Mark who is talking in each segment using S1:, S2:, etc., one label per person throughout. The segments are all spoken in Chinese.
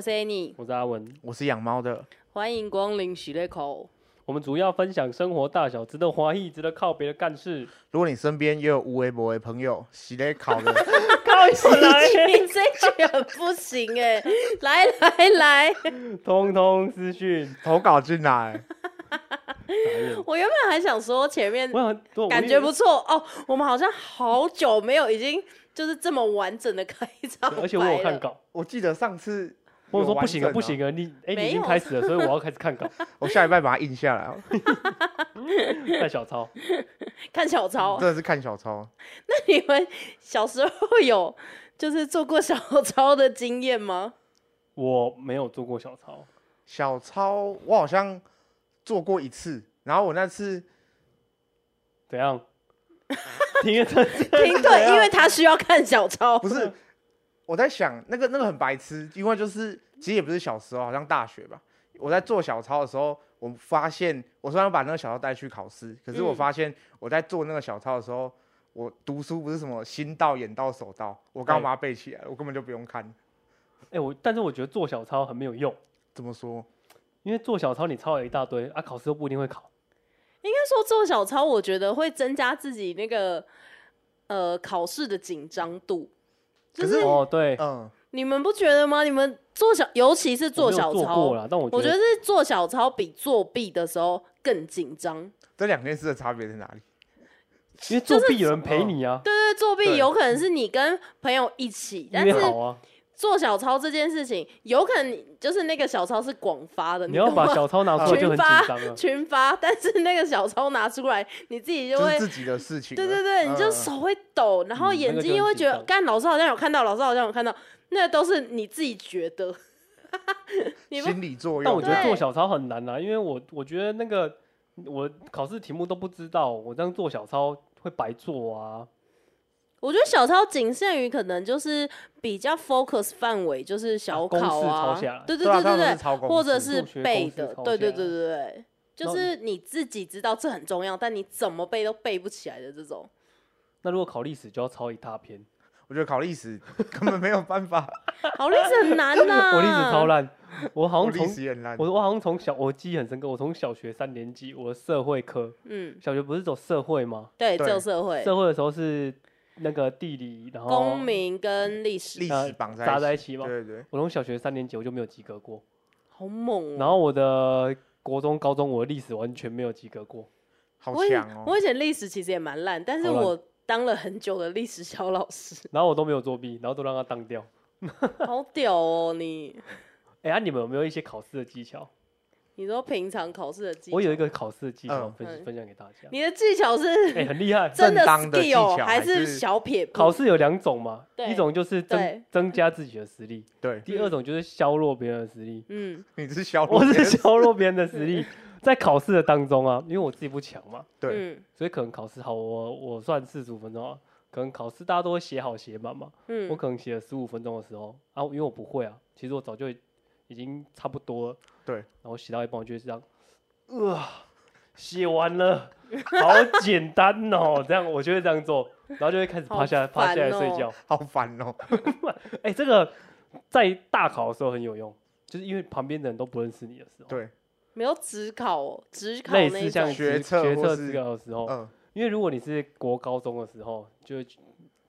S1: Sunny，
S2: 我是阿文。
S3: 我是养猫的，
S1: 欢迎光临喜瑞口。
S2: 我们主要分享生活大小，值得怀疑、值得靠别的 干事。
S3: 如果你身边也有无微博的朋友，洗嘞烤的，
S2: 靠起
S1: 你
S2: 来，
S1: 这句很不行哎、来来来，
S2: 通通 私讯。
S3: 投稿进来，
S2: 傻眼
S1: 我原本还想说前面
S2: 我想我
S1: 感觉不错哦，我们好像好久没有已经就是这么完整的开场白了，
S2: 而且我有看稿，
S3: 我记得上次
S2: 我有说
S3: 有完
S2: 不行啊，
S3: 整哦
S2: 不行啊，你哎、你
S1: 没
S2: 已
S1: 有
S2: 经开 始了，所以我要开始看稿，
S3: 我下礼拜把它印下来哦，
S2: 看小抄。
S1: 看小抄
S3: 真，的是看小抄。
S1: 那你们小时候有就是做过小抄的经验吗？
S2: 我没有做过小抄，
S3: 小抄我好像做过一次，然后我那次
S2: 怎样？ 停顿，
S1: 停顿，因为他需要看小抄。
S3: 不是我在想那个那个很白痴，因为就是其实也不是小时候，好像大学吧，我在做小抄的时候，我发现我虽然把那个小抄带去考试，可是我
S1: 嗯
S3: 发现我在做那个小抄的时候。我读书不是什么心到、眼到、手到，我刚刚
S2: 对
S3: 把它背起来了，我根本就不用看。
S2: 哎、我但是我觉得做小抄很没有用，
S3: 怎么说？
S2: 因为做小抄你抄了一大堆啊，考试又不一定会考。
S1: 应该说做小抄，我觉得会增加自己那个呃考试的紧张度。就
S3: 可是
S1: 是
S2: 哦，对，
S3: 嗯，
S1: 你们不觉得吗？你们做小，尤其是
S2: 我
S1: 做
S2: 没有
S1: 小
S2: 做
S1: 抄
S2: 过，啦，但我
S1: 我觉
S2: 觉
S1: 得
S2: 得
S1: 是做小抄比作弊的时候更紧张。
S3: 这两件事的差别在哪里？
S2: 因为
S1: 就
S2: 作
S1: 是哦
S2: 弊有人陪你啊，
S1: 对对，作弊
S3: 对
S1: 有可能是你跟朋友一起，但
S2: 约
S1: 是
S2: 好啊，
S1: 做小抄这件事情，有可能你就是那个小抄是广发的，
S2: 你要
S1: 懂吗
S2: 把小抄拿 出来
S1: 群
S2: 就很紧
S1: 发
S2: 张 了。
S1: 群发，但是那个小抄拿出来，你自己就
S3: 就
S1: 会
S3: 是自己的事情了。
S1: 对对对，你就
S3: 嗯
S1: 手会抖，然后
S2: 嗯
S1: 眼
S2: 那个
S1: 睛
S2: 就
S1: 又会
S2: 很
S1: 觉
S2: 紧
S1: 得，
S2: 张
S1: 干、老师好像有看到，老师好像有看到，那都是你自己觉得。 你们
S3: 心理作用。
S2: 但我觉得
S1: 对
S2: 做小抄很难啊啦，因为我我觉得那个我考试题目都不知道，我这样做小抄会白做啊。
S1: 我觉得小抄仅限于可能就是比较 focus 范围，就是小
S2: 公式
S1: 考啊，
S2: 抄下来
S1: 对对
S3: 对啊，
S1: 对对
S3: 他们
S1: 对
S3: 是，超公
S1: 或者
S2: 式
S1: 是
S2: 数学
S1: 背
S2: 公式
S1: 的，
S2: 抄
S1: 对对
S2: 下
S1: 对
S2: 来
S1: 对对，就
S2: 那
S1: 是你自己知道这很重要，但你怎么背都背不起来的这种。
S2: 那如果考历史就要抄一大篇，
S3: 我觉得考历史 根本没有办法，
S1: 好，历史很难呐、
S2: 我历史超烂，我好
S3: 我
S2: 像
S3: 历
S2: 从
S3: 史也很烂。
S2: 我我好像从小我记忆很深刻，我从小学三年级，我的社会科
S1: 嗯，
S2: 小学不是走社会吗？
S1: 对，只
S3: 对
S1: 有社会、
S2: 社会的时候是那个地理，然后
S1: 公民跟历史
S3: 历史绑在
S2: 杂在
S3: 一
S2: 一
S3: 起，
S2: 起嘛
S3: 对。对对，
S2: 我从小学三年级我就没有及格过，
S1: 好猛哦、
S2: 然后我的国中、高中我的历史完全没有及格过。
S3: 好
S1: 我以
S3: 强哦！
S1: 我以前历史其实也蛮烂，但是
S2: 好烂
S1: 我当了很久的历史小老师，
S2: 然后我都没有作弊，然后都让他当掉。
S1: 好屌哦！你，
S2: 哎、呀，你们有没有一些考试的技巧？
S1: 你说平常考试的技巧，
S2: 我有一，个考试的技巧
S3: 嗯
S2: 分、
S1: 嗯
S2: 分享给大家。
S1: 你的技巧
S2: 哎、
S1: 是
S2: 很厉害。
S1: 真的
S3: 正当的技
S1: skill
S3: 巧
S1: 还
S3: 还是
S1: 是小撇步？
S2: 考试有两种嘛，
S1: 对
S2: 一种就是
S1: 对
S2: 增增加自己的实力，
S3: 对，
S2: 第二种就是削弱别人的实力。
S1: 嗯，
S3: 你是小
S2: 我
S3: 螺
S2: 是
S3: 丝
S2: 削弱别人的实力， 在考试的当中啊，因为我自己不强嘛，
S3: 对，
S1: 嗯
S2: 所以可能考试好，我我算四十五分钟啊，可能考试大家都会写好写满嘛，我
S1: 嗯，
S2: 可能写了十五分钟的时候啊，因为我不会啊，其实我早就已经差不多了。
S3: 对
S2: 然后写到一半，我就会这样，呃，写完了，好简单哦，这样我就会这样做，然后就会开始
S1: 好
S2: 趴下、趴下来
S1: 烦哦
S2: 睡觉。
S3: 好烦哦。
S2: 哎、这个在大考的时候很有用，就是因为旁边的人都不认识你的时候，
S3: 对，
S1: 没有只考哦，只考
S2: 类
S1: 那
S2: 似
S1: 一
S2: 像
S1: 种，
S3: 学
S2: 职
S3: 测
S2: 学
S3: 或
S2: 测
S3: 是
S2: 资格的时候，
S3: 嗯，
S2: 因为如果你是国高中的时候，就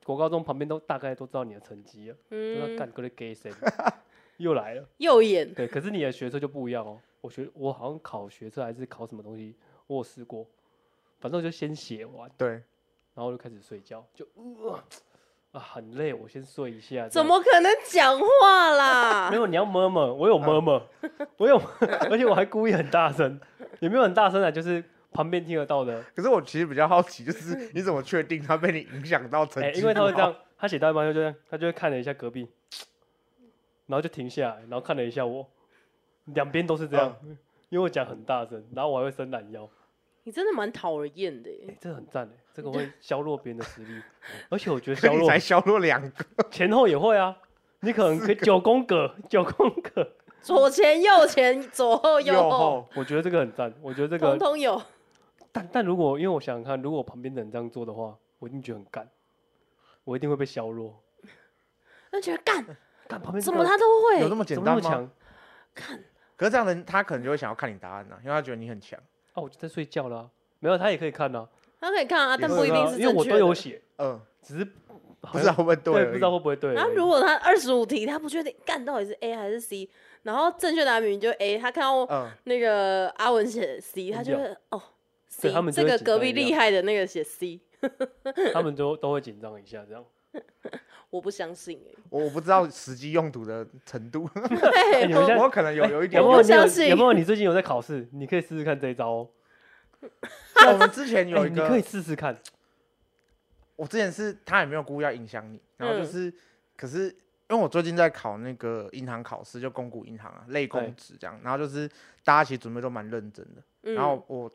S2: 国高中旁边都大概都知道你的成绩了，就说
S1: 嗯，
S2: 干过来给谁，又来了。
S1: 右眼，
S2: 对，可是你的学测就不一样哦。我学我好像考学测还是考什么东西，我有试过，反正我就先写完，
S3: 对，
S2: 然后就开始睡觉，就、呃、啊很累，我先睡一下这样。
S1: 怎么可能讲话
S2: 没
S1: 啦？
S2: 有？你要摸摸，我有摸摸， 我有，而且我还故意很大声，也没有很大声啊，就是旁边听得到的。
S3: 可是我其实比较好奇，就是你怎么确定他被你影响到成
S2: 嗯哎、
S3: 绩？
S2: 因为他会这，样，他写到一半就这样，他就会看了一下隔壁，然后就停下来，然后看了一下我，两边都是这
S3: 嗯
S2: 样，因为我讲很大声，然后我还会伸懒腰。
S1: 你真的蛮讨人厌的耶，
S2: 哎、这个很赞哎，这个会削弱别人的实 力，而且我觉得
S3: 可
S2: 削
S3: 你
S2: 弱
S3: 才削弱两个，
S2: 前后也会啊，你可能可以九宫格，九宫格，
S1: 左前右前，左后
S2: 哦
S1: 右
S3: 右
S1: 后，
S3: 后
S2: 我觉得这个很赞，我觉得这
S1: 通
S2: 个，
S1: 通有。
S2: 但但如果因为我想想看，如果旁边的人这样做的话，我一定觉得很干，我一定会被削弱。
S1: 那觉得干，
S2: 干旁边
S1: 怎
S2: 这
S1: 么
S2: 个
S1: 他都会？
S3: 有那么简
S2: 怎么那
S3: 单
S2: 么
S3: 吗？
S2: 强？
S3: 可是这样的人他可能就会想要看你答案啊呢、因为他觉得你很强。
S2: 哦，我就在睡觉啦、没有，他也可以看呐、
S1: 他可以看啊，
S3: 也
S1: 但
S3: 是
S1: 不一定
S2: 啊
S1: 是
S2: 因为
S1: 正
S2: 我
S1: 确
S2: 都有
S1: 的。
S2: 写，
S3: 嗯，
S2: 只是
S3: 不知道会不会对而
S2: 对，
S3: 已，
S2: 不知道会不会对而已。
S1: 然后啊如果他二十五题他不确定干到底是 A 还是 C，然后正确答案明明就 A，他看到
S3: 嗯，
S1: 那个阿文写 C，他就会哦 C，
S2: 嗯对他们就
S1: 这
S2: 会
S1: 个
S2: 紧
S1: 隔
S2: 张
S1: 壁
S2: 一样
S1: 厉害的那个写 C，
S2: 他们都都会紧张一下，这样。
S1: 我不相信欸
S3: 我我不知道实际用途的程度，
S1: 对，
S2: 哎你们现在
S1: 我
S3: 我可能有有一点
S2: 有
S1: 我
S2: 没
S1: 不
S2: 有你
S3: 问题。
S1: 相
S2: 有
S1: 信
S2: 有没有你最近有在考试？你可以试试看这一招哦。
S3: 像我们之前有
S2: 哎
S3: 一
S2: 你
S3: 个，
S2: 可以试试看。
S3: 我之前是他也没有故意要影响你，然后就
S1: 嗯
S3: 是，可是因为我最近在考那个银行考试，就公股银行啊，类
S2: 对
S3: 公职这样，然后就是大家其实准备都蛮认真的。
S1: 嗯
S3: 然后我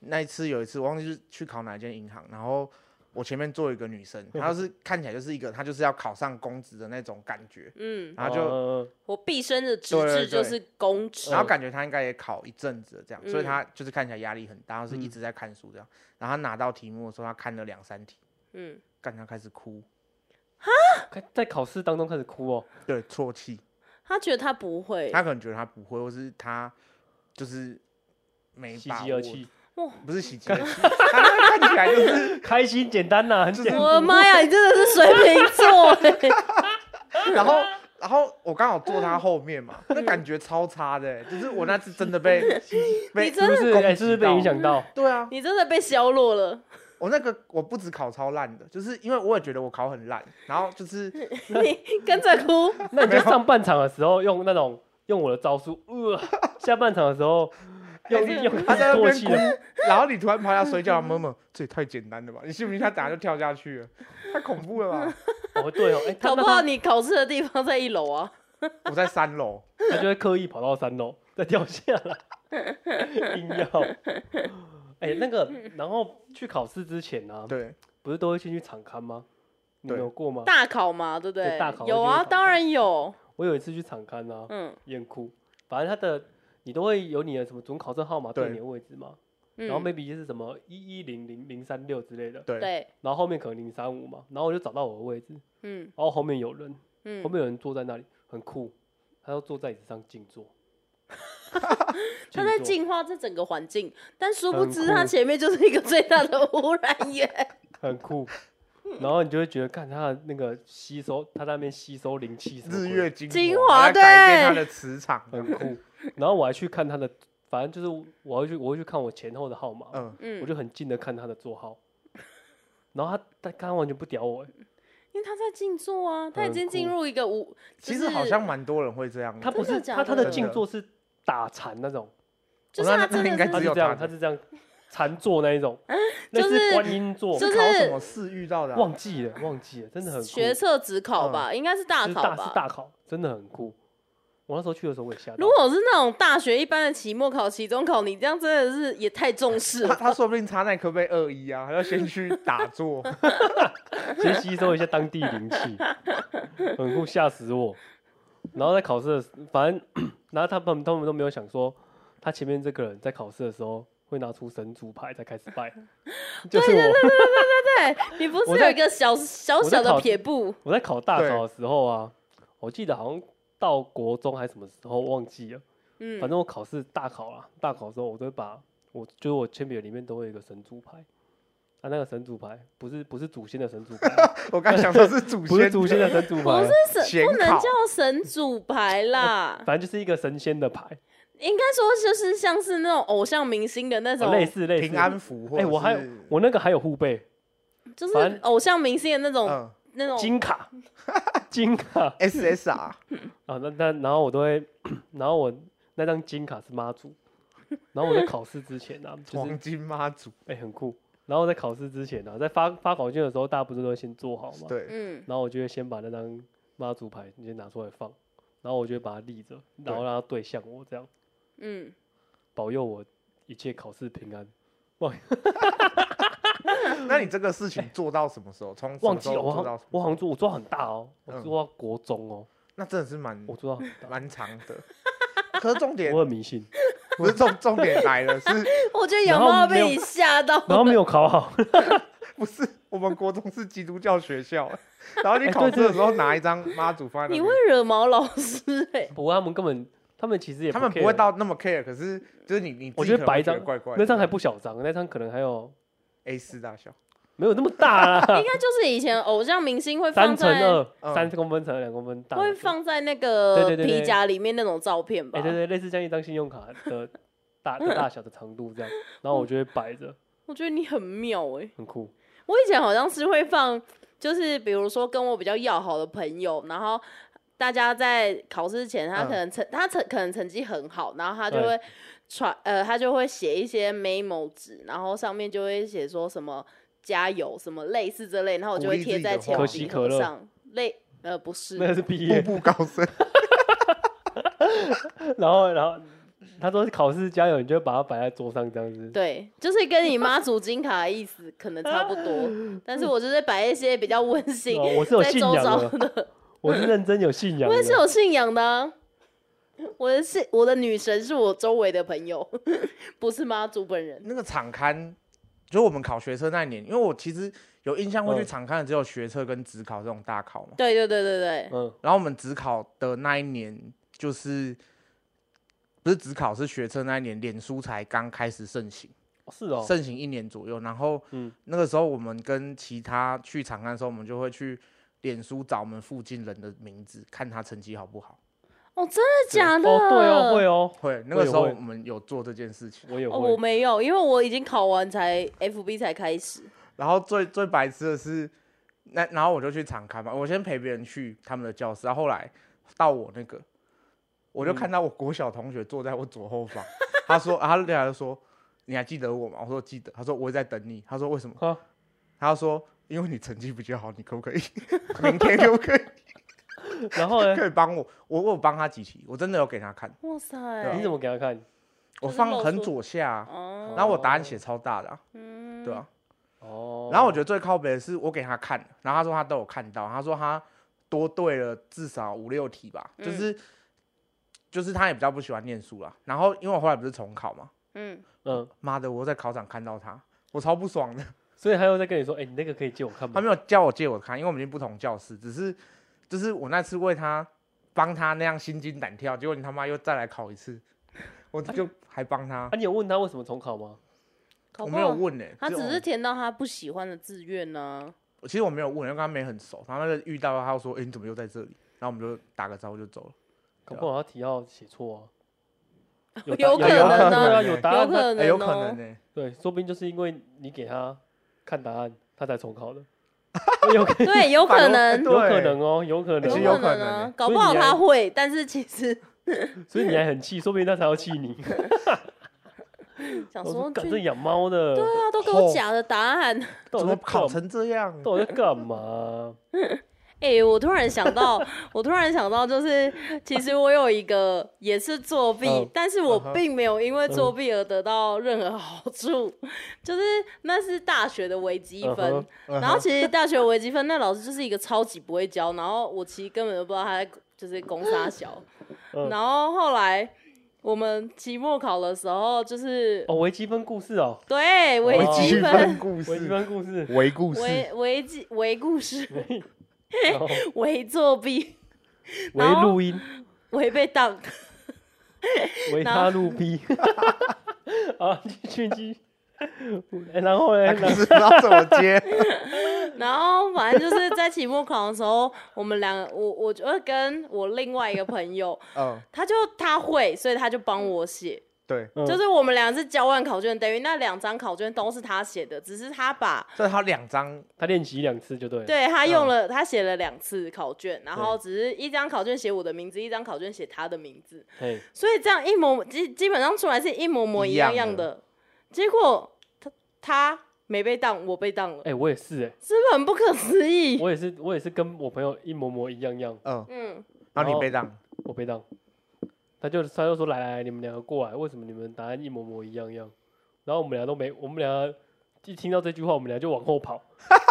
S3: 那一次有一次，我忘记是去考哪间银行，然后我前面坐一个 女生，她就是看起来就是一个她就是要考上公职的那种感觉，
S1: 嗯，
S3: 然后就
S2: 呃
S1: 我毕生的职
S3: 对对
S1: 志就
S3: 对
S1: 是公职
S3: 然，后感觉他应该也考一阵子了，这样，所
S1: 嗯
S3: 以他就是看起来压力很大，然后是一
S2: 嗯
S3: 直在看书这样。然后他拿到题目的时候，他看了两三题，
S1: 嗯，
S3: 干他开始哭，
S2: 开在考试当中开始哭哦。
S3: 对，啜泣。
S1: 他觉得他不会，
S3: 他可能觉得他不会，或是他就是没
S2: 喜
S3: 把
S2: 极
S3: 握
S2: 而，泣，
S3: 不是喜极而泣，他那个看起来 就是，
S2: 开心简单呐、很
S3: 就
S2: 简
S3: 是
S2: 单。
S1: 我的妈呀，你真的是水瓶座欸
S3: 然后。然后我刚好坐他后面嘛，那感觉超差的欸、就是我那次真 的被
S1: 你
S3: 被
S1: 真的
S2: 是不是？
S3: 攻
S2: 哎、
S3: 击
S2: 是不是被影
S3: 到
S2: 响 到？
S3: 对啊，
S1: 你真的被削弱了。
S3: 我那个我不止考超烂的，就是因为我也觉得我考很烂，然后就是
S1: 你跟着 哭，
S2: 那你就上半场的时候用那种用我的招数，呃，下半场的时候用
S1: 哎
S2: 用
S3: 他在那
S2: 唾
S3: 边
S2: 弃
S3: 哭
S2: 的。，
S3: 然后你突然拍他睡觉，摸摸，这也太简单了吧？你信不信他等下就跳下去了？太恐怖 了吧！
S2: 哦，对哦，哎、他
S1: 搞不
S2: 那
S1: 好
S2: 他
S1: 你考试的地方在一楼啊。
S3: 我在三楼，
S2: 他就会刻意跑到三楼再掉下来，硬要。哎、那个，然后去考试之前呢、啊，
S3: 对，
S2: 不是都会先去场刊吗？你们
S3: 对
S2: 有过吗？
S1: 大考嘛，对不对？
S2: 对大考
S1: 有
S2: 会
S1: 啊，
S2: 去考
S1: 当然有。
S2: 我有一次去场刊啊，
S1: 嗯
S2: 验哭，反正他的你都会有你的什么准考证号码对
S3: 对
S2: 你的位置嘛，
S1: 嗯，
S2: 然后 maybe 就是什么一一零零零三六之类的，
S3: 对
S1: 对，
S2: 然后后面可能零三五嘛，然后我就找到我的位置，
S1: 嗯
S2: 然后后面有人，后
S1: 嗯，
S2: 面有人坐在那里很酷，他要坐在椅子上静 坐，
S1: 他在
S2: 坐
S1: 净化这整个环境，但殊不知
S2: 很酷
S1: 他前面就是一个最大的污染 源。
S2: 很酷。然后你就会觉得，看他的那个吸收，他在那边吸收灵气什么
S3: 日
S2: 鬼
S3: 月精
S1: 精
S3: 华
S1: 华
S3: 它改变
S1: 对
S3: 他的磁场，
S2: 很酷。然后我还去看他的，反正就是我会去，我会去看我前后的号码，
S3: 嗯，
S1: 嗯，
S2: 我就很近的看他的座号。 然后他他刚刚完全不屌我、欸，
S1: 因为他在静坐啊，他已
S2: 很
S1: 经进
S2: 酷
S1: 入一个无，
S3: 其
S1: 就是
S3: 实好像蛮多人会这样
S2: 他
S3: 的，
S2: 不
S1: 真
S2: 是
S1: 的假
S2: 他他
S1: 的
S2: 的静
S3: 真的
S2: 坐是打禅那种，
S1: 就是
S3: 那
S1: 他
S3: 那
S1: 真
S3: 应该
S1: 的
S2: 他
S3: 只
S1: 是，
S2: 是
S3: 有
S2: 这样
S3: 打
S2: 他是这样禅坐那一种，那
S1: 啊就是
S2: 是观音坐，
S1: 就是
S3: 考什么试遇到的啊、
S2: 忘记了忘记了，真的很酷，嗯
S1: 学测只考吧，应该是大
S2: 就是
S1: 考
S2: 大
S1: 吧
S2: 是。大考，真的很酷。我那时候去的时候我也吓到
S1: 如，果是那种大学一般的期末考、期中考，你这样真的是也太重视
S3: 他
S1: 了。
S3: 他说不定他那科被二一啊，他要先去打 坐，
S2: 先吸收一下当地灵气，很酷，吓死我。然后在考试的时，反正然后他们他们都没有想说，他前面这个人在考试的时候会拿出神主牌才开始 拜，就是我
S1: 对你不
S2: 我
S1: 是
S2: 在
S1: 有一个小小
S2: 我在
S1: 小的
S2: 考
S1: 撇步？
S2: 我在考大考的时候啊，我记得好像到国中还是什么时候忘记了，
S1: 嗯，
S2: 反正我考试大考啊，大考的时候我都会把我就是我铅笔里面都会有一个神主牌，啊那个神主牌不是不是祖先的神主牌，
S3: 我刚想说是祖
S2: 不是
S3: 先，
S2: 祖先的神主牌
S1: 不，是神
S3: 显
S1: 不能
S3: 考
S1: 叫神主牌 啦，
S2: 反正就是一个神仙的牌，
S1: 应该说就是像是那种偶像明星的那
S2: 啊
S1: 种，
S2: 类似类似
S3: 平安符或
S2: 哎、
S3: 者是，
S2: 我还有我那个还有护背
S1: 就是
S2: 反正
S1: 偶像明星的那种、
S3: 嗯
S1: 那种。
S2: 金卡， 金卡
S3: SSR，
S2: 啊，那那然后我都会， 然后我那张金卡是妈祖，然后我在考试之前啊， 就是
S3: 黄金妈祖，
S2: 哎、很酷，然后在考试之前啊，在发发考卷的时候，大家不是都会先做好吗？，
S3: 对，
S1: 嗯，
S2: 然后我就会先把那张妈祖牌先拿出来放，然后我就会把它立着，然后
S3: 对
S2: 让它对向我，这样
S1: 嗯，
S2: 保佑我一切考试平安。
S1: 嗯
S3: 那你这个事情做到什么时候？从什
S2: 忘
S3: 么时
S2: 记了，
S3: 候
S2: 我
S3: 做
S2: 好
S3: 到
S2: 像
S3: 什么？
S2: 我好像做我做到很大哦，我
S3: 嗯
S2: 做到国中哦，
S3: 那真的是蛮
S2: 我做到很 大，
S3: 蛮长的。 可是重点
S2: 我很迷信。
S3: 不是重重点来了，是
S1: 我觉得有
S2: 然
S1: 没
S2: 后
S1: 有
S2: 没
S1: 被
S2: 有
S1: 你吓 到？
S2: 然后没有考好，
S3: 不是我们国中是基督教学校，然后你
S2: 哎
S3: 考
S2: 对
S3: 试的时候拿一张妈祖放在那
S1: 你
S3: 边
S1: 会惹毛老师哎、
S2: 不过他们根本他们其实也
S3: 他们
S2: 不
S3: 不会
S2: care
S3: 到那么 care，可是就是你你自己
S2: 我觉得
S3: 可能
S2: 白
S3: 会觉
S2: 张
S3: 怪怪的，
S2: 那张还不小张，那张可能还有
S3: A 四大小，
S2: 没有那么大啦
S1: 应，该就是以前偶像明星会放
S2: 三乘
S1: 在
S3: 嗯
S2: 二，三公分乘两公分大的，
S1: 会放在那个
S2: 对对对对
S1: 皮夹里面那种照片吧
S2: 哎，？对对，类似像一张信用卡的 大的大小的长度这样，然后我就会摆着，
S1: 我觉得你很妙哎、
S2: 很酷。
S1: 我以前好像是会放，就是比如说跟我比较要好的朋友，然后大家在考试前，他
S3: 嗯
S1: 可能成、他成可能成绩很好，然后他就
S2: 对
S1: 会传呃，他就会写一些 memo 纸，然后上面就会写说什么加油什么类似这类，然后我就
S3: 鼓
S1: 会
S3: 励
S1: 贴
S3: 自己
S1: 在
S3: 的
S1: 铅
S3: 话
S1: 笔
S2: 可喜
S1: 盒
S2: 可乐
S1: 上，类呃不是，
S2: 那个是毕
S3: 步
S2: 业，
S3: 步高升。
S2: 然后然后他说考试加油，你就会把它摆在桌上这样子。
S1: 对，就是跟你妈祖金卡的意思可能差不多，但是我就是摆一些比较温馨
S2: 哦，我是有
S1: 在
S2: 信
S1: 周
S2: 仰
S1: 遭
S2: 的，我是认真有信仰
S1: 我
S2: 的
S1: 也。是有信仰的啊、 我的信，我的女神是我周围的朋友， 不是妈祖本人。
S3: 那个场刊，就是我们考学测那一年，因为我其实有印象会去
S2: 嗯
S3: 场刊的只有学测跟职考这种大考嘛。
S1: 对对对对对，
S2: 嗯，
S3: 然后我们职考的那一年，就是不是职考是学测那一年，脸书才刚开始盛行，
S2: 是哦，
S3: 盛行一年左右。然后
S2: 嗯
S3: 那个时候我们跟其他去场刊的时候，我们就会去脸书找我们附近人的名字，看他成绩好不好。
S1: 哦，真的假的？
S2: 哦，对哦，会哦，
S3: 会，那个时候
S2: 我也
S3: 我
S2: 会
S3: 们有做这件事情。
S2: 我也
S1: 哦我
S2: 会。
S1: 没有，因为我已经考完才 FB 才开始。
S3: 然后最最白痴的是，那然后我就去场刊嘛，我先陪别人去他们的教室，然后后来到我那个，我就看到我国小同学坐在我左后方，他说，啊他就来就说，你还记得我吗？我说记得，他说我也在等你，他说为什么？
S2: 啊，
S3: 他说因为你成绩比较好，你可不可以 明天可不可以
S2: 然后呢？
S3: 可以帮我？我我有帮他几题，我真的有给他看，
S1: 哇
S3: 对
S1: 塞！
S2: 你怎么给他看？
S3: 我
S1: 就是
S3: 放
S1: 露
S3: 很
S1: 出
S3: 左下啊、
S1: 哦，
S3: 然后我答案写超大的、啊，
S1: 嗯
S3: 对啊，
S2: 哦，
S3: 然后我觉得最靠北的是，我给他看，然后他说他都有看到，他说他多对了至少五六题吧，就
S1: 嗯
S3: 是、就是他也比较不喜欢念书啦。然后因为我后来不是重考嘛，
S1: 嗯，
S2: 嗯，
S3: 妈的，我又在考场看到他，我超不爽的。
S2: 所以他又在跟你说，哎，你那个可以借我看
S1: 嗯
S2: 吗？
S3: 他没有叫我借我看，因为我们已经不同教室，只是就是我那次为他帮他那样心惊胆跳，结果你他妈又再来考一次， 我就还帮他
S2: 啊，，你有问他为什么重考吗？
S1: 考
S3: 我
S1: 不
S3: 没有
S1: 哎好。啊
S3: 问呢、
S1: 他
S3: 就
S1: 只
S3: 我
S1: 是填到他不喜欢的志愿呢、
S3: 其实我没有问，因为跟他没很熟，然后他就遇到他就说：“哎、你怎么又在这里？”然后我们就打个招呼就走了。
S2: 搞不好他题号写错 啊，答
S1: 有可
S3: 有
S1: 能
S3: 可能
S1: 呢、
S2: 对啊，
S3: 欸
S2: 有答
S1: 有
S2: 案他，
S1: 可
S3: 哎、
S1: 能、哦，
S3: 有可能呢、
S2: 对，说不定就是因为你给他看答案，他才重考的，有 可
S1: 对，有
S3: 反
S1: 可
S3: 而
S1: 能，
S2: 有可
S3: 对
S2: 能哦，有可
S3: 其实
S2: 能
S3: 有
S2: 哦，
S3: 可
S1: 能
S3: 能
S1: 啊
S3: 欸，
S1: 搞
S2: 所以
S1: 不好
S2: 你
S1: 他
S2: 还
S1: 会，但是其实
S2: 所以你还很气，说不定他才要气你。
S1: 想
S2: 我
S1: 说
S2: 说，干
S1: 去
S2: 这养猫的，
S1: 对啊，都给我假的答案。
S2: 到
S3: 怎
S2: 底
S3: 么
S2: 在
S3: 考
S2: 干
S3: 成这样？
S2: 到底在干嘛？
S1: 哎、我突然想到，我突然想到，就是其实我有一个也是作弊，
S2: 嗯
S1: 但是我
S3: 嗯哼
S1: 并没有因为作弊而得到任何好处，就是那是大学的微积
S2: 嗯
S1: 分。
S2: 哼
S1: 然后其实大学微积分那老师就是一个超级不会教，然后我其实根本就不知道他在就是攻杀小。
S2: 嗯
S1: 然后后来我们期末考的时候，就是、
S2: 哦，微积分故事哦，
S1: 对微
S2: 微
S1: 积
S2: 积
S1: 分、
S3: 故
S2: 微积分故事，
S3: 唯故
S1: 微微积微故事、
S2: 然后
S1: 微作弊、
S2: 微
S1: 然后
S2: 录音，
S1: 微被当。
S2: 维
S1: 然
S2: 他
S1: 后
S2: 露 B，啊，去去，哎 然后呢？
S3: 他
S2: 然后
S3: 可是不知道怎么接。
S1: 然后反正就是在期末考的时候，我们两个，我我就会跟我另外一个朋友，
S3: 嗯，
S1: 他就他会，所以他就帮我写，
S3: 对，
S2: 嗯
S1: 就是我们俩是交换考卷，等于那两张考卷都是他写的，只是他把
S3: 所以他两张
S2: 他练习两次就对了。，
S1: 对他用了、他写了两次考卷，然后只是一张考卷写我的名字，一张考卷写他的名字，
S2: 嘿，
S1: 所以这样一模基基本上出来是一模模
S3: 一
S1: 一
S3: 样
S1: 样样
S3: 的
S1: 的，结果他他没被当，我被当了，
S2: 哎，我也是，哎，
S1: 是不是很不可思议？
S2: 我也是，我也是跟我朋友一模模一样样，
S3: 嗯，
S1: 嗯。
S3: 然
S2: 然
S3: 后你
S2: 后
S3: 被让，
S2: 我被当。他就他就说来来，来你们两个过来，为什么你们答案一模模一样样？然后我们俩都没，我们俩一听到这句话，我们俩就往后跑，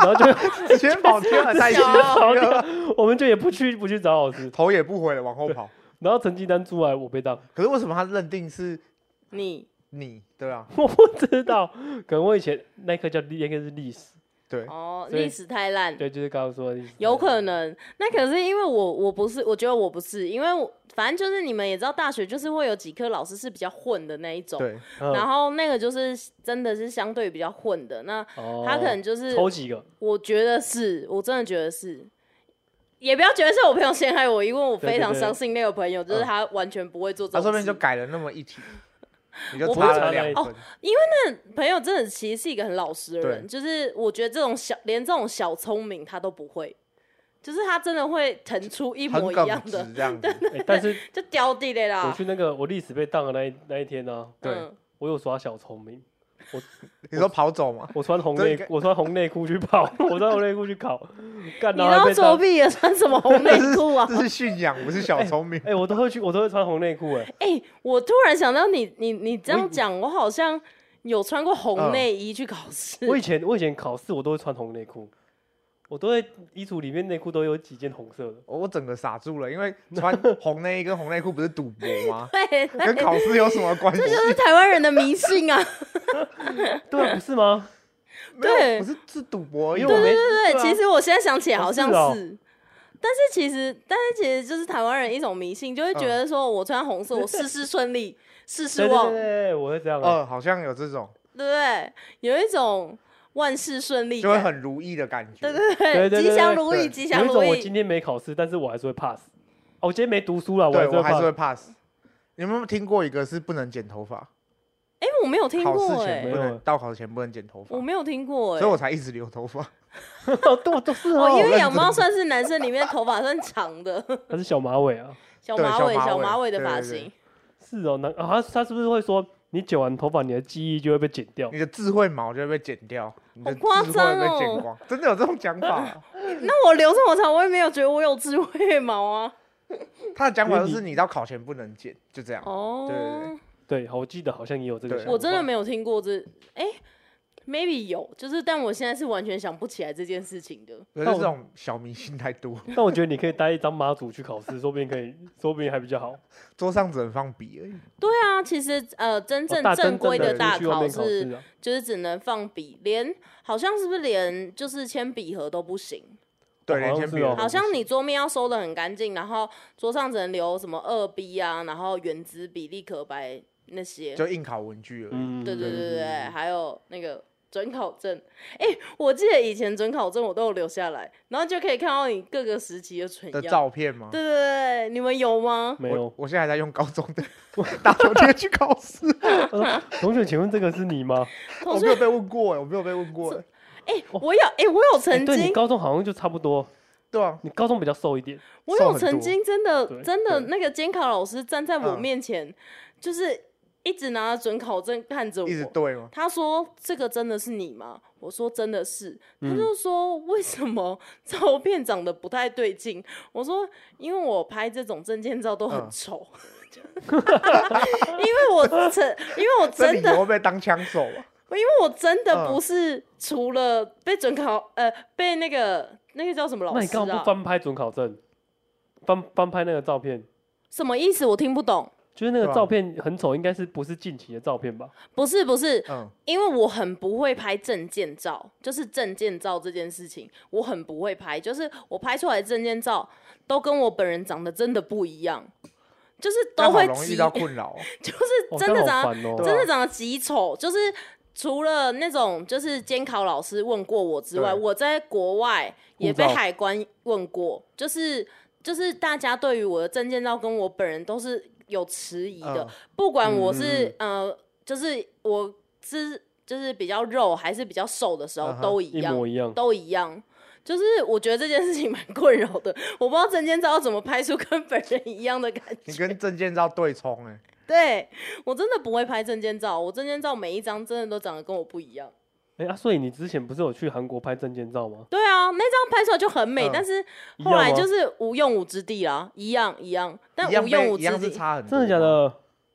S2: 然后就
S3: 直接跑掉了，太心
S2: 跑
S3: 虚了，
S2: 掉，我们就也不去不去找老师。
S3: 头也不回的往后跑。
S2: 然后成绩单出来，我被当，
S3: 可是为什么他认定是
S1: 你
S3: 你？对啊，
S2: 我不知道，可能我以前那一科叫历那个是历史，
S3: 对，
S1: 哦，
S2: 所以
S1: 历史太烂，
S2: 对，就是刚刚说的意思。
S1: 有可能。那可是因为我我不是，我觉得我不是，因为我反正就是你们也知道，大学就是会有几科老师是比较混的那一种，
S3: 对，
S2: 嗯，
S1: 然后那个就是真的是相对比较混的，那
S2: 哦
S1: 他可能就是
S2: 抽几个，
S1: 我觉得是，我真的觉得是。也不要觉得是我朋友陷害我，因为我
S2: 对对
S1: 非常
S2: 对嗯
S1: 相信那个朋友，就是他完全不会做这
S3: 他
S1: 种事。
S3: 说不定就改了那么一题，你就
S1: 我
S3: 差
S2: 不
S3: 了
S2: 差那
S1: 哎
S3: 两
S2: 一
S1: 哦
S3: 分。
S1: 朋友真的其实是一个很老实的人，
S3: 对
S1: 就是我觉得这种小连这种小聪明他都不会，就是他真的会腾出一
S3: 很
S1: 模一
S3: 耿
S1: 样的
S3: 直，这样子，
S2: 哎但是
S1: 就掉地雷
S2: 我
S1: 啦。
S2: 去那个我历史被当的那一那一天呢，
S3: 对
S1: 嗯
S2: 我有耍小聪明，
S3: 你说跑走吗？
S2: 我穿红
S3: 对
S2: 内
S3: 跟
S2: 我穿红内裤去跑，我穿红内裤去考，干
S1: 你
S2: 然后还
S1: 当
S2: 被当
S1: 作。弊也穿什么红内
S3: 这是
S1: 裤啊？
S3: 这是驯养，不是小聪明。
S2: 哎、我都会去，我都会穿红内裤哎。
S1: 哎、我突然想到你，你你这样讲，我好像有穿过红
S3: 嗯
S1: 内衣去考试。
S2: 我以前我以前考试我都会穿红内裤，我都会衣橱里面内裤都有几件红色的。
S3: 我我整个傻住了，因为穿红内衣跟红内裤不是赌博吗？
S1: 对，
S3: 跟考试有什么关系？
S1: 就是台湾人的迷信啊。
S2: 对啊，不是吗？
S3: 没有
S1: 对
S3: 不是是赌博，
S2: 因
S3: 因
S2: 为我
S3: 为我
S2: 没
S1: 对，
S2: 啊
S1: 其实我现在想起来
S2: 哦
S1: 好像
S2: 是
S1: 是，
S2: 哦
S1: 但是其实，但是其实就是台湾人一种迷信，就会觉
S3: 嗯
S1: 得说我穿红色，我事事顺利，事事
S2: 对对
S1: 旺，
S2: 对对，我会这样、啊。
S3: 呃好像有这种，
S1: 对不对？有一种万事顺利
S3: 就会
S1: 感，
S3: 很如意的感觉。
S1: 对对
S2: 对对对
S1: 吉祥如意，
S3: 对
S1: 吉
S2: 有
S1: 祥
S2: 一
S1: 如
S2: 种我今
S1: 意。
S2: 天没考试，但是我还是会 pass。哦，我今天没读书啦，我还
S3: 对
S2: 是会
S3: 我还
S2: pass。
S3: 是会 pass。你有没有听过一个是不能剪头发？
S1: 哎，我没有听
S3: 考试
S1: 过
S3: 前
S1: 哎
S3: 不，
S2: 没
S3: 能
S2: 有，
S3: 到考前不能剪头发
S1: 我，没有听过
S3: 所以我
S1: 哎。
S3: 才一直留头 发。
S2: 对，都是
S1: 哦，
S2: 哦，
S1: 因为
S3: 认
S1: 养猫
S3: 真
S1: 算是男生里面头发算长的，
S2: 它是小马尾啊。
S1: 小
S3: 对
S1: 马
S3: 小
S1: 尾、
S3: 马
S1: 小
S3: 尾
S1: 马尾的
S3: 对
S1: 发
S3: 对对
S1: 型。
S2: 是哦，那啊他他是不是会说你剪完头发，你的记忆就会被剪掉？
S3: 你的智慧毛就会被剪掉，你的
S1: 好
S3: 智
S1: 夸
S3: 慧
S1: 张
S3: 被
S1: 哦
S3: 剪光，真的有这种讲法哦？
S1: 那我留这么长，我也没有觉得我有智慧毛啊。
S3: 他的讲法
S2: 因为
S3: 就
S2: 你
S3: 是你到考前不能剪，就这样。
S1: 哦，
S3: 对对对
S2: 对，好，我记得好像也有这个
S3: 对
S2: 想法。
S1: 我真的没有听过这，哎、m a y b e 有，就是，但我现在是完全想不起来这件事情的。
S3: 可
S2: 但
S3: 是这
S2: 我
S3: 种小迷信太多，
S2: 但我觉得你可以带一张妈祖去考试，说不定可以，说不定还比较好。
S3: 桌上只能放笔而已。
S1: 对啊，其实呃，真
S2: 哦
S1: 正
S2: 大
S1: 正规
S2: 真
S1: 的
S2: 出
S1: 大
S2: 去外面考
S1: 是，
S2: 试啊，
S1: 就是只能放笔，连好像是不是连就是铅笔盒都不行，
S3: 对，
S2: 好
S3: 连
S2: 像
S3: 铅
S2: 是
S3: 笔
S2: 哦
S3: 都
S1: 好
S3: 不
S1: 像
S3: 行
S1: 你桌面要收的很干净，然后桌上只能留什么二 B 啊，然后原子笔、立可白那些。
S3: 就应考文具而已。
S2: 嗯，
S1: 对对对对对，还有那个准考证，哎、我记得以前准考证我都有留下来，然后就可以看到你各个时期的蠢
S3: 的
S1: 样。
S3: 照片吗？
S1: 对对对，你们有吗？
S2: 没有
S3: 我。我现在还在用高中的 打头贴去考 试，
S2: 他说 同学，请问这个是你吗？
S1: 同
S3: 我
S1: 学
S3: 没，有被问过哎，我没有被问过哎，
S1: 我有，哎、我有曾
S2: 哎对你
S1: 经，
S2: 高中好像就差不多，
S3: 对啊，
S2: 你高中比较瘦一点，
S1: 我
S3: 瘦
S1: 有
S3: 很
S1: 曾
S3: 多
S1: 经真的
S2: 对
S1: 真的
S3: 对
S1: 那个监考老师站在我
S3: 嗯
S1: 面前，就是一直拿着准考证看着
S3: 一直
S1: 我。
S3: 对吗？
S1: 他说：“这个真的是你吗？”我说：“真的是。”
S3: 嗯
S1: 他就说：“为什么照片长得不太对劲？”我说：“因为我拍这种证件照都很
S3: 嗯
S1: 丑， 因为我真，因为我
S3: 这
S1: 真
S3: 理
S1: 的
S3: 由被当枪手啊？
S1: 因为我真的
S3: 嗯
S1: 不是除了被准考，呃，被那个那个叫什么老
S2: 那你
S1: 师
S2: 干嘛不
S1: 啊？
S2: 翻拍准考证？翻翻拍那个照片，
S1: 什么意思？我听不懂。
S2: 就是那个
S3: 对啊
S2: 照片很丑，应该是不是近期的照片吧？
S1: 不是不是，
S3: 嗯，
S1: 因为我很不会拍证件照，就是证件照这件事情，我很不会拍，就是我拍出来的证件照都跟我本人长得真的不一样，就是
S3: 那
S1: 都
S3: 好
S1: 会
S3: 容易
S1: 极，
S3: 遇到困扰哦。
S1: 就是
S2: 哦，
S1: 真的
S2: 这样
S1: 长得
S2: 好烦哦。
S3: 对啊
S1: 真的长得极丑，就是除了那种就是监考老师问过我之外，
S3: 对
S1: 我在国外也被
S2: 护照
S1: 海关问过，就是就是大家对于我的证件照跟我本人都是有迟疑的，
S3: 嗯
S1: 不管我是、呃，就是我是就是比较肉还是比较瘦的时候、
S3: 嗯哼
S1: 都一
S2: 一
S1: 样，
S2: 模一样。
S1: 都一样。就是我觉得这件事情蛮困扰的，我不知道证件照要怎么拍出跟本人一样的感觉。
S3: 你 跟证件照对冲哎，
S1: 对我真的不会拍证件照，我证件照每一张真的都长得跟我不一样。
S2: 哎啊，所以你之前不是有去韩国拍证件照吗？
S1: 对啊，那张拍出来就很美，
S3: 嗯
S1: 但是
S2: 一
S1: 后来
S2: 样吗
S1: 就是无用武之地啦，一样一样，但
S3: 一样
S1: 无用
S3: 被
S1: 武
S3: 一
S1: 之
S3: 样是
S1: 地。
S3: 差很多。
S2: 真的假？的？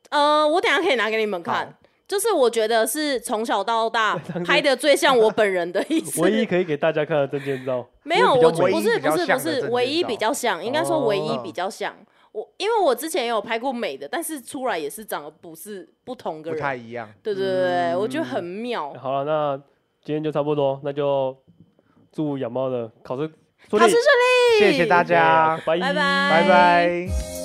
S1: 呃，我等一下可以拿给你们看
S3: 好，
S1: 就是我觉得是从小到 大拍的最像我本人的一次。
S2: 唯一可以给大家看的证件照，
S1: 没有，我
S2: 因为
S1: 觉得
S2: 比较唯
S1: 不
S2: 一
S1: 是
S3: 比较
S1: 不是
S3: 像
S1: 不
S3: 的
S1: 是
S3: 证
S1: 唯
S3: 件
S1: 一比
S3: 照
S1: 较像，应该说唯一
S2: 哦
S1: 比较像。我因为我之前也有拍过美的，但是出来也是长得不是不同个
S3: 不
S1: 人。
S3: 太一样。嗯
S1: 对对对对，我觉得很妙。
S2: 好了，那今天就差不多，那就
S3: 祝养猫的考试顺
S2: 考
S3: 利
S2: 试顺利，
S1: 谢谢大家
S3: 拜
S2: 拜拜
S1: 拜拜。